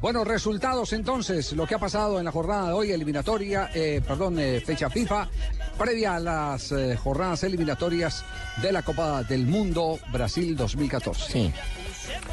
Bueno, resultados entonces, lo que ha pasado en la jornada de hoy, eliminatoria, eh, perdón, eh, fecha FIFA, previa a las eh, jornadas eliminatorias de la Copa del Mundo Brasil 2014. Sí.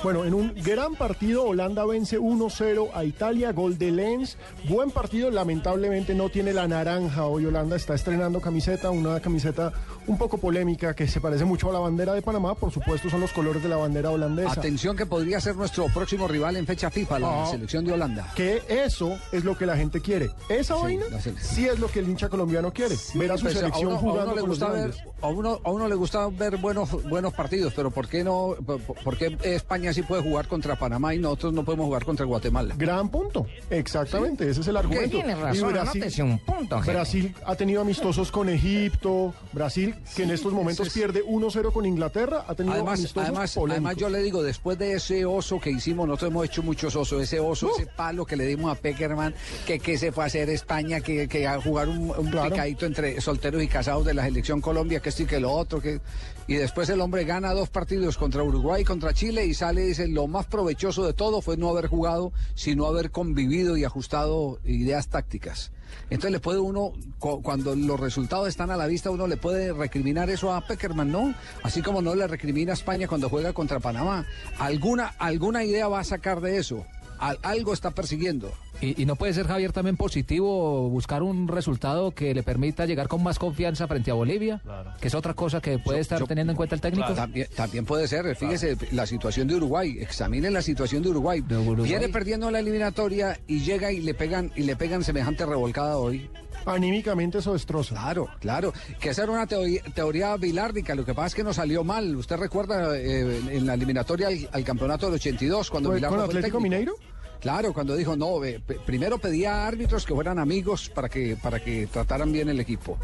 Bueno, en un gran partido, Holanda vence 1-0 a Italia, gol de Lenz. Buen partido, lamentablemente no tiene la naranja. Hoy Holanda está estrenando camiseta, una camiseta un poco polémica que se parece mucho a la bandera de Panamá. Por supuesto, son los colores de la bandera holandesa. Atención que podría ser nuestro próximo rival en fecha FIFA, la Ah. selección de Holanda. Que eso es lo que la gente quiere. Esa Sí, vaina la selección. sí es lo que el hincha colombiano quiere. ver a su Pues, selección uno- jugando uno le con los gusta ver, grandes. a uno, a uno le gusta ver buenos buenos partidos, pero ¿por qué no? por- ¿Por qué España sí puede jugar contra Panamá y nosotros no podemos jugar contra Guatemala? Gran punto. Exactamente, ese es el argumento. Tiene Y Pues razón, anótese un punto, jefe. Brasil ha tenido amistosos con Egipto, Brasil que en estos momentos pierde 1-0 con Inglaterra, ha tenido Además, amistosos además, polémicos. además yo le digo, después de ese oso que hicimos, nosotros hemos hecho muchos osos, ese oso, ese palo que le dimos a Peckerman, que, que se fue a hacer España, que, que a jugar un, un Claro. picadito entre solteros y casados de la selección Colombia, que esto y que lo otro, que y después el hombre gana dos partidos contra Uruguay, contra Chile, y sale y dice, lo más provechoso de todo fue no haber jugado, sino haber convivido y ajustado ideas tácticas. Entonces le puede uno, cu- cuando los resultados están a la vista, uno le puede recriminar eso a Peckerman, ¿no? Así como no le recrimina a España cuando juega contra Panamá. Alguna, alguna idea va a sacar de eso. Al- algo está persiguiendo. Y, y no puede ser Javier también positivo buscar un resultado que le permita llegar con más confianza frente a Bolivia, que es otra cosa que puede estar yo- teniendo en cuenta el técnico. También, también puede ser, fíjese, la situación de Uruguay, examinen la situación de Uruguay. De Uruguay. Viene perdiendo la eliminatoria y llega y le pegan, y le pegan semejante revolcada hoy. Anímicamente eso destroza. Claro, claro. Que esa era una teoría, teoría bilárdica. Lo que pasa es que no salió mal. ¿Usted recuerda eh, en la eliminatoria al, al campeonato del 82 cuando ¿Fue Bilardo con fue el Atlético técnico? Mineiro? Claro, cuando dijo no, eh, p- primero pedía a árbitros que fueran amigos para que para que trataran bien el equipo.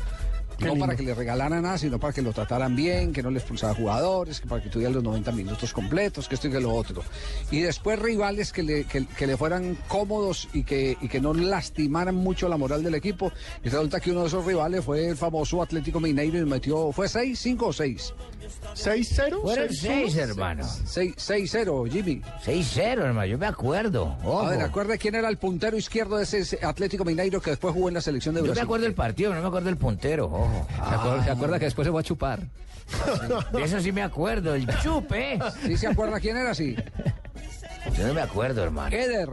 Qué no lindo. para que le regalaran nada, sino para que lo trataran bien, que no le expulsaran jugadores, que para que tuvieran los 90 minutos completos, que esto y que lo otro. Y después rivales que le, que, que le fueran cómodos y que, y que no lastimaran mucho la moral del equipo. Y resulta que uno de esos rivales fue el famoso Atlético Mineiro y metió, ¿fue 6, 5 o 6? 6-0. Fueron 6-1. seis, hermano. 6, 0, Jimmy. 6-0, hermano, yo me acuerdo. Ojo. A ver, acuerde quién era el puntero izquierdo de ese- ese Atlético Mineiro que después jugó en la selección de Yo Brasil. me acuerdo del partido, no me acuerdo del puntero, ojo. ¿Se, acuerda, se acuerda que después se va a chupar? De eso sí me acuerdo, el chupe. ¿Sí se acuerda quién era? Sí. Yo no me acuerdo, hermano. Eder,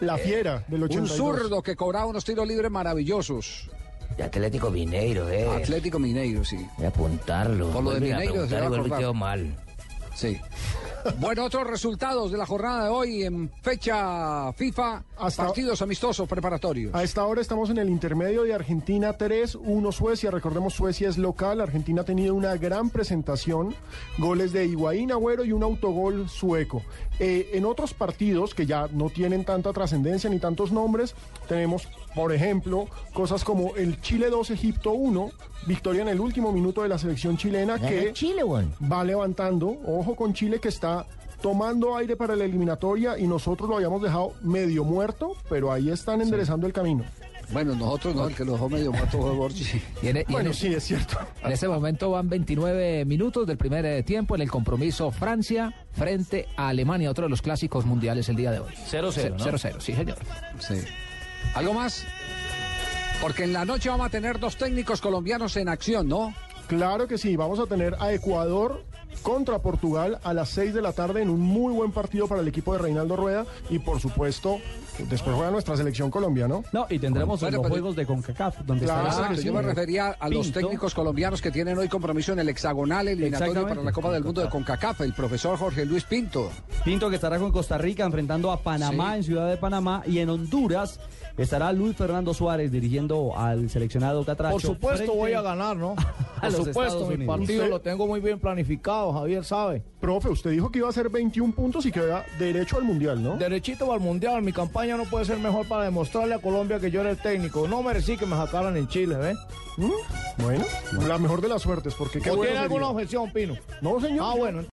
La fiera del un 82. zurdo que cobraba unos tiros libres maravillosos. De Atlético Mineiro, eh. Atlético Mineiro, sí. Voy a apuntarlo. Por lo de Vuelve a Mineiro se preguntar va a y vuelvo y acordar. quedo mal. Sí. Bueno, otros resultados de la jornada de hoy en fecha FIFA, Hasta- partidos amistosos preparatorios. A esta hora estamos en el intermedio de Argentina 3, 1 Suecia. Recordemos, Suecia es local. Argentina ha tenido una gran presentación. Goles de Higuaín, Agüero y un autogol sueco. Eh, en otros partidos que ya no tienen tanta trascendencia ni tantos nombres, tenemos, por ejemplo, cosas como el Chile 2, Egipto 1, victoria en el último minuto de la selección chilena Gana que ¿Eh? Chile, weón. va levantando. Ojo con Chile que está tomando aire para la eliminatoria y nosotros lo habíamos dejado medio muerto, pero ahí están enderezando el camino. Bueno, nosotros no, el que lo dejó medio muerto fue Borchi. Y en, y en Bueno, es- sí, es cierto. en este momento van 29 minutos del primer eh, tiempo en el compromiso Francia frente a Alemania, otro de los clásicos mundiales el día de hoy. 0-0, Ce- ¿no? 0-0, sí, señor. Sí. ¿Algo más? Porque en la noche vamos a tener dos técnicos colombianos en acción, ¿no? Claro que sí, vamos a tener a Ecuador contra Portugal a las 6 de la tarde en un muy buen partido para el equipo de Reinaldo Rueda y por supuesto después juega nuestra selección Colombia, ¿no? No, y tendremos Bueno, los pues, pero- juegos de CONCACAF, donde Claro, estará Exacto, yo me sí. refería a los Pinto. técnicos colombianos que tienen hoy compromiso en el hexagonal eliminatorio Exactamente. para la Copa del Mundo de CONCACAF, el profesor Jorge Luis Pinto. Pinto, que estará con Costa Rica enfrentando a Panamá Sí. en Ciudad de Panamá, y en Honduras estará Luis Fernando Suárez dirigiendo al seleccionado Catracho. Por supuesto frente- voy a ganar, ¿no? Por los supuesto, Estados mi Unidos. partido Usted- lo tengo muy bien planificado, Javier sabe. Profe, usted dijo que iba a hacer 21 puntos y que era derecho al mundial, ¿no? Derechito al Mundial, mi campaña no puede ser mejor para demostrarle a Colombia que yo era el técnico. No merecí que me sacaran en Chile, ¿ves? ¿Mm? Bueno, la mejor de las suertes porque qué ¿O bueno tiene alguna sería. objeción, Pino? No, señor. Ah, bueno.